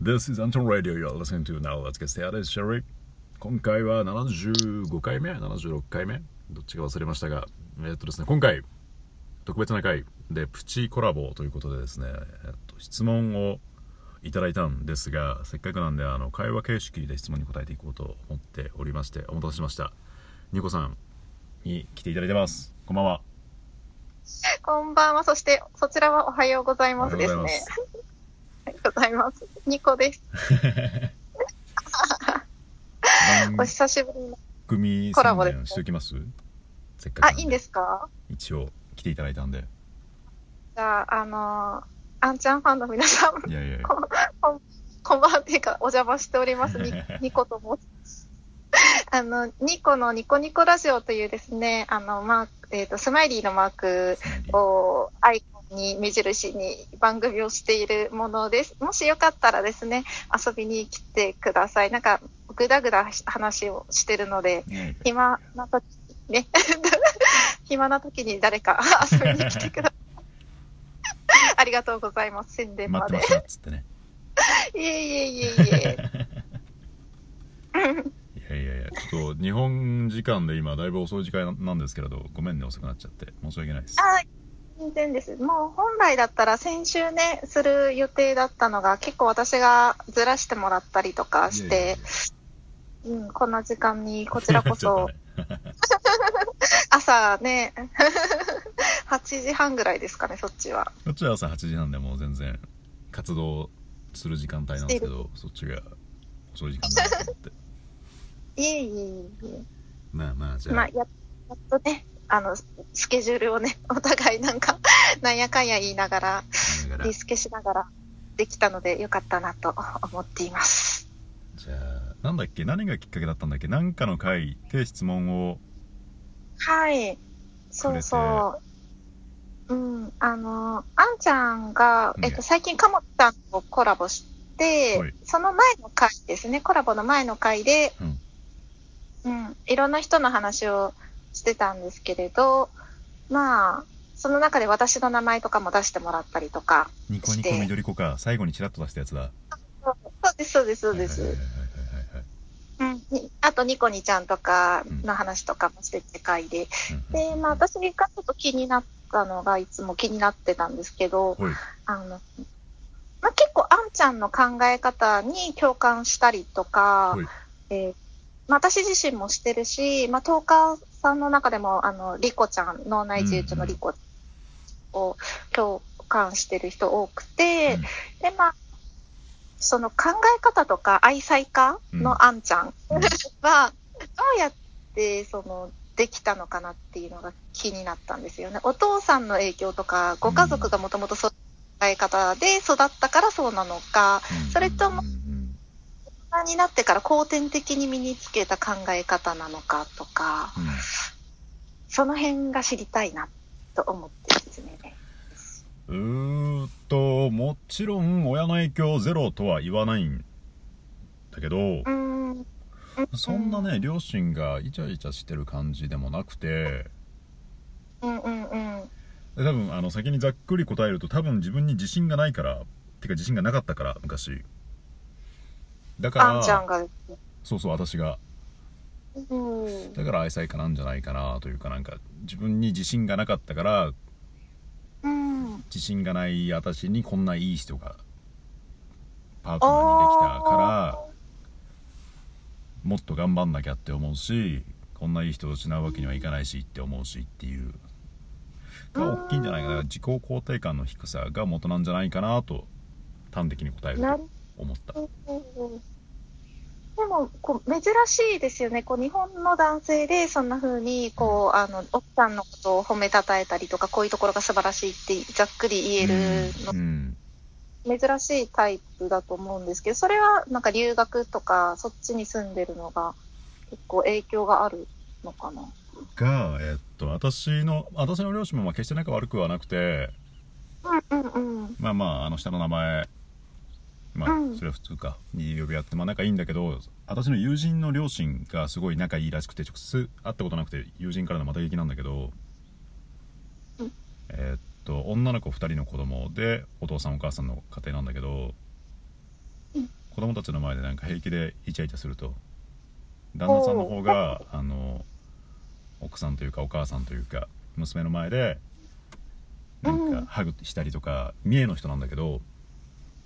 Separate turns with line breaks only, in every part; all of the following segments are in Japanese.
This is Anton Radio you're listening to now. Let's get started, shall we? 今回は75回目 ?76 回目どっちか忘れましたが、えーっとですね、今回、特別な回でプチコラボということでですね、えーっと質問をいただいたんですが、せっかくなんであの会話形式で質問に答えていこうと思っておりまして、お待たせしました。ニコさんに来ていただいてます。こんばんは。
こんばんは。そして、そちらはおはようございますですね。 ありがとうございます。ニコです。お久しぶりの
組コラボです。しておきます。
せっかく。あ、いいんですか。
一応来ていただいたんで。
じゃあ、あのー、あんちゃんファ ンの皆さ
ん。いやいや
こんばんはっていうか、お邪魔しております 。に、ニコと申す。あの、ニコのニコニコラジオというですね、あの、マーク、えっ、ー、と、スマイリーのマークをアイコンに、目印に番組をしているものです。もしよかったらですね、遊びに来てください。なんか、ぐだぐだ話をしてるので、暇な時ね、 暇な時に誰か 遊びに来てください。ありがとうございます。宣伝まで。
待ってね。
いえいえいえいえ。
いやいやいや、ちょっと日本時間で今、だいぶ遅い時間なんですけれど、ごめんね、遅くなっちゃって、申し訳ないです。
あ全然です。もう本来だったら先週ね、する予定だったのが、結構私がずらしてもらったりとかして、いやいやいやうん、こんな時間に、こちら こそ、ね、朝ね、8時半ぐらいですかね、そっちは。
そっちは朝8時半でもう全然活動する時間帯なんですけど、そっちが遅い時間だなって。
いえいえいえ。
まあまあ、じゃあ。
まあ、やっとね、あの、スケジュールをね、 お互いなんか、なんやかんや言いながら、リスケしながらできたので、よかったなと思っています。
じゃあ、なんだっけ、何がきっかけだったんだっけ、なんかの回で質問を。
はい。そうそう。うん、あの、あんちゃんが、えっと、最近、かもちゃんとコラボして、はい、その前の回ですね、コラボの前の回で、うんうん、いろんな人の話をしてたんですけれど、まあ、その中で私の名前とかも出してもらったりとか
ニコニコ緑子か、最後にちらっと出したやつだ。
そうです、そうです、そうです。あと、ニコニちゃんとかの話とかもしてて回で。うん、で、まあ、私がちょっと気になったのが、いつも気になってたんですけど、あの、まあ、結構、あんちゃんの考え方に共感したりとか、えーまあ、私自身もしてるし、まあ、トーカーさんの中でも、あの、リコちゃん、脳内自由のリコを共感してる人多くて、うん、で、まあ、その考え方とか愛妻家のあんちゃんは、どうやって、その、できたのかなっていうのが気になったんですよね。お父さんの影響とか、ご家族がもともとそういう考え方で育ったからそうなのか、それとも、大人になってから後天的に身につけた考え方なのかとか、うん、その辺が知りたいなと思ってですね。
うーっともちろん親の影響ゼロとは言わないんだけど、うん、そんなね、うん、両親がイチャイチャしてる感じでもなくて、
うんうんうん、
多分あの先にざっくり答えると多分自分に自信がないからてか自信がなかったから昔。だから、そうそう、私が。
うん、
だから愛妻家なんじゃないかなというかなんか自分に自信がなかったから、
うん、
自信がない私にこんないい人がパートナーにできたからもっと頑張んなきゃって思うしこんないい人を失うわけにはいかないしって思うしっていうが大きいんじゃないかな自己肯定感の低さが元なんじゃないかなと端的に答えると思った。
でもこう珍しいですよね、こう日本の男性でそんな風にこうあの奥さんのことを褒めたたえたりとか、こういうところが素晴らしいってざっくり言えるの、うんうん、珍しいタイプだと思うんですけど、それはなんか留学とか、そっちに住んでるのが結構影響があるのかな。
が、えっと、私の私の両親もまあ決して仲悪くはなくて、
うんうんうん、
まあまあ、あの下の名前まあ、それは普通か、に呼び合って、まあ仲いいんだけど、私の友人の両親がすごい仲いいらしくて、直接会ったことなくて、友人からのまた劇なんだけど、
うん、
えっと、女の子2人の子供で、お父さんお母さんの家庭なんだけど、
うん、
子供たちの前でなんか平気でイチャイチャすると旦那さんの方があの奥さんというかお母さんというか娘の前でなん
う
か
ん
ハグしたりとか三重の人なんだけど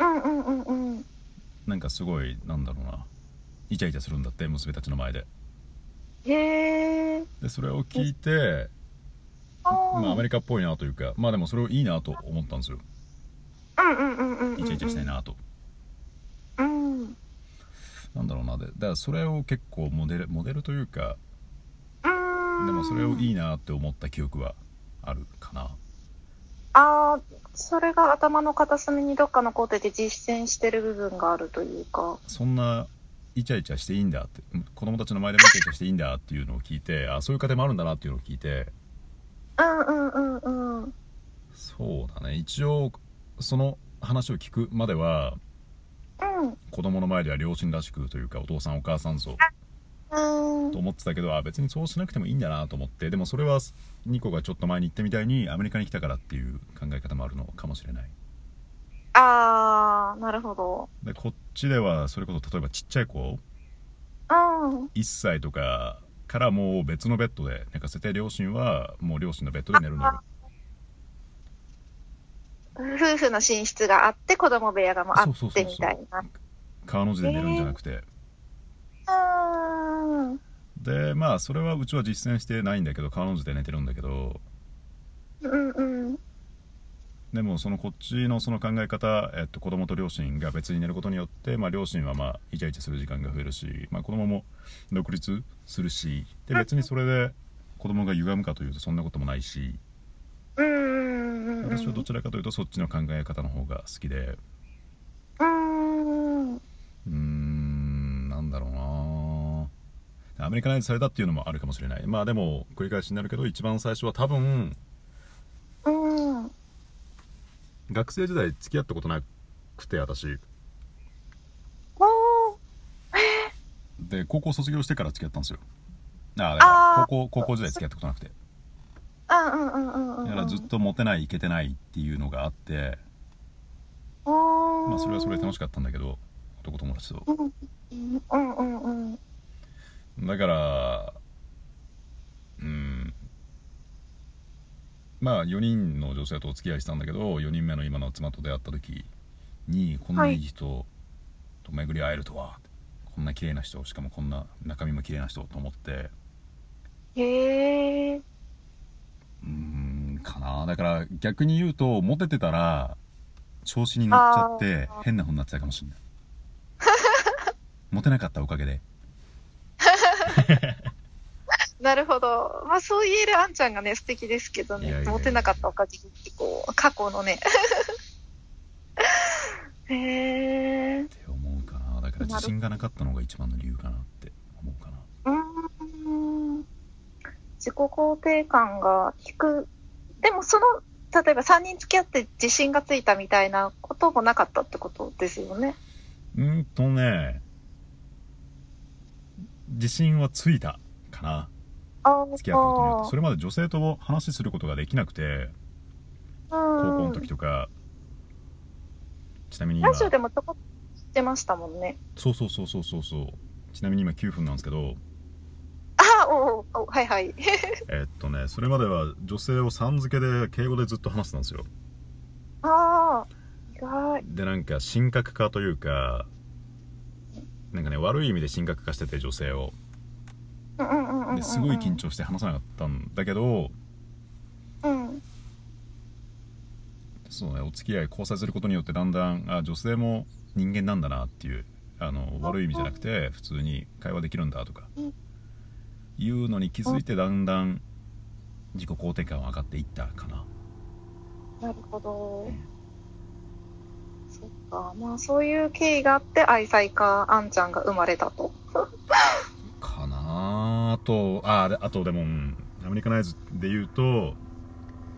うんうんうんうん。
なんかすごいなんだろうなイチャイチャするんだって娘たちの前で
へえ。
でそれを聞いて、
あ
まあ、アメ
リ
リカっぽいなというかまあでもそれをいいなと思ったんですよ
カ。うんうんうんうんうん。
イチャイチャしたい。なと
うん。
なんだろうなでだからそれを結構モデルモデルというか
うん。
でもそれをい
い。
いなって思った記憶はあるかな
ああ、それが頭の片隅にどっか残ってて実践してる部分があるというか。
そんなイチャイチャしていいんだって子供たちの前でもイチャイチャしていいんだっていうのを聞いてあそういう家庭もあるんだなっていうのを聞いて
うんうんうんうん。
そうだね一応その話を聞くまでは
うん。
子供の前では両親らしくというかお父さんお母さん像
うん
と。思ってたけどあ別にそうしなくてもいいんだなと思ってでもそれはニコがちょっと前に言ったみたいにアメリカに来たからっていう考え方もあるのかもしれない
ああ、なるほど。
でこっちではそれこそ例えばちっちゃい子
うん。
1歳とかからもう別のベッドで寝かせて両親はもう両親のベッドで寝るのよ
夫婦の寝室があって、子供部屋がもうあ
そう
っ
そう
て
そうそう
みたいな。
川の字で寝るんじゃなくて、
うん。
でまあそれはうちは実践してないんだけど川の字で寝てるんだけど
うんうん。
でもそのこっちのその考え方、えっと、子供と両親が別に寝ることによって、まあ、両親はまあイチャイチャする時間が増えるし、まあ、子供も独立するしで別にそれで子供が歪むかというとそんなこともないし
うんうんうんうん。
私はどちらかというとそっちの考え方の方が好きで
うん。
うーんなんだろうなアメリカナイズされたっていうのもあるかもしれないまあでも繰り返しになるけど一番最初は多分
うん。
学生時代付き合ったことなくて私
おー
で高校卒業してから付き合ったんですよあ
あー
あ高校高校時代付き合ったことなくて
うんうんうんうんうん。
だからずっとモテないイケてないっていうのがあって
おー。
まあそれはそれで楽
し
しかったんだけど男友達と
い。うんうんうん。
だからうんまあ4人の女性とお付き合いしたんだけど4人目の今の妻と出会った時にこんないい人と巡り会えるとは、こんな綺麗な人しかもこんな中身も綺麗な人と思って
へえ。
うーんかなだから逆に言うとモテてたら調子に乗っちゃって
あー
変な風になってたかもしれ ないモテなかったおかげで
なるほど。まあそう言えるあんちゃんがね、素敵ですけど
いやいや
ね
い。や
モテなかったおかげって、こう、過去のね。 へえ。
って思うかなだから自信がなかったのが一番の理由かなって思うかな
うーん。自己肯定感が低い。でもその、例えば3人付き合って自信がついたみたいなこともなかったってことですよね。
うーんとね自信はついたかな
ああ。
付き合ったことによってそれまで女性と話しすることができなくて
高
高校の時とかちなみに今
ラジオでもちょこっと知ってましたもんね。
そうそうそうそうそうそうちなみに今9分なんですけど
ああ、おうおうおう、はいはい。
えっとねそれまでは女性をさん付けで敬語でずっと話してたんですよ
ああ、意外。
でなんか神格化というかなんかね悪い意味で神格化してて女性を
うんうんうんうんうん。
ですごい緊。張して話さなかったんだけど
うん。
そうねお付き合い交際することによってだんだんあ女性も人間なんだなっていうあの悪い意味じゃなくて普通に会話できるんだとか
うん
いうのに気づいてだんだん自己肯定感は上がっていったかな
なるほど。そっか。まあそういう経緯があって愛妻家あんちゃんが生まれたと。
かなあとあであとでもうんアメリカナイズで言うと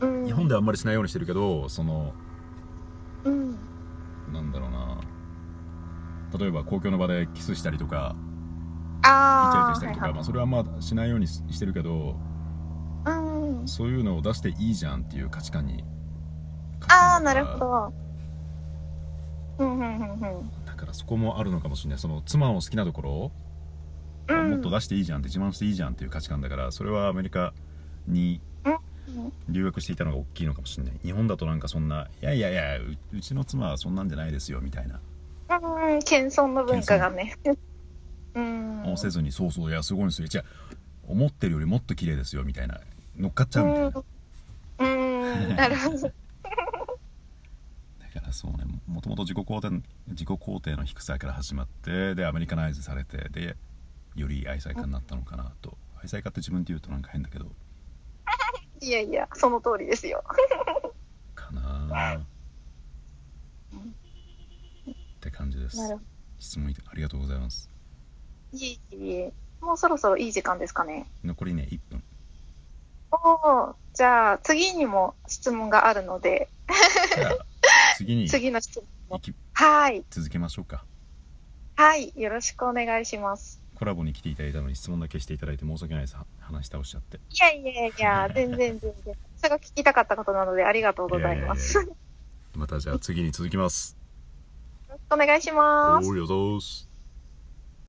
うん。
日本ではあんまりしないようにしてるけどその
うん。
なんだろうな例えば公共の場でキスしたりとかイチャイ
あ
チャ
あ。
したりとか、まあ、それはまあしないようにししてるけど
はいはいうん。
そういうのを出していいじゃんっていう価値観に
ああ、なるほど。うんうんうんうん
だからそこもあるのかもしれないその妻の好きなところを
うん
もっと出していいじゃんって自慢していいじゃんっていう価値観だからそれはアメリカに
うん
留学していたのが大きいのかもしれない日本だとなんかそんないやいやいやううちの妻はそんなんじゃないですよみたいな
うん、謙遜の文化がね。うん。
をせずにそうそういやすごいんですよいや思ってるよりもっと綺麗ですよみたいな乗っかっちゃうみたいなだ
うん、なるほど。
からそうねもともと自己肯定自己肯定の低さから始まってでアメリカナイズされてでより愛妻家になったのかなと愛妻家って自分で言うとなんか変だけど
いやいや、その通りですよ。
かなあって感じです
なるほど。
質問いたありがとうございます
いえいえいえ。もうそろそろいい時間ですかね。
残りね1分
おお、じゃあ次にも質問があるので、
じゃあ次に
次の質
行
問。
き
はい。
続けましょうか
はい。よろしくお願いします。
コラボに来ていただいたのに質問だけしていただいて申し訳ないですは話倒しちゃって
いやいやいや、全然全然。それが聞きたかったことなのでありがとうございます。
いまたじゃあ次に続きます
よろしくお願いします。
おーよぞーす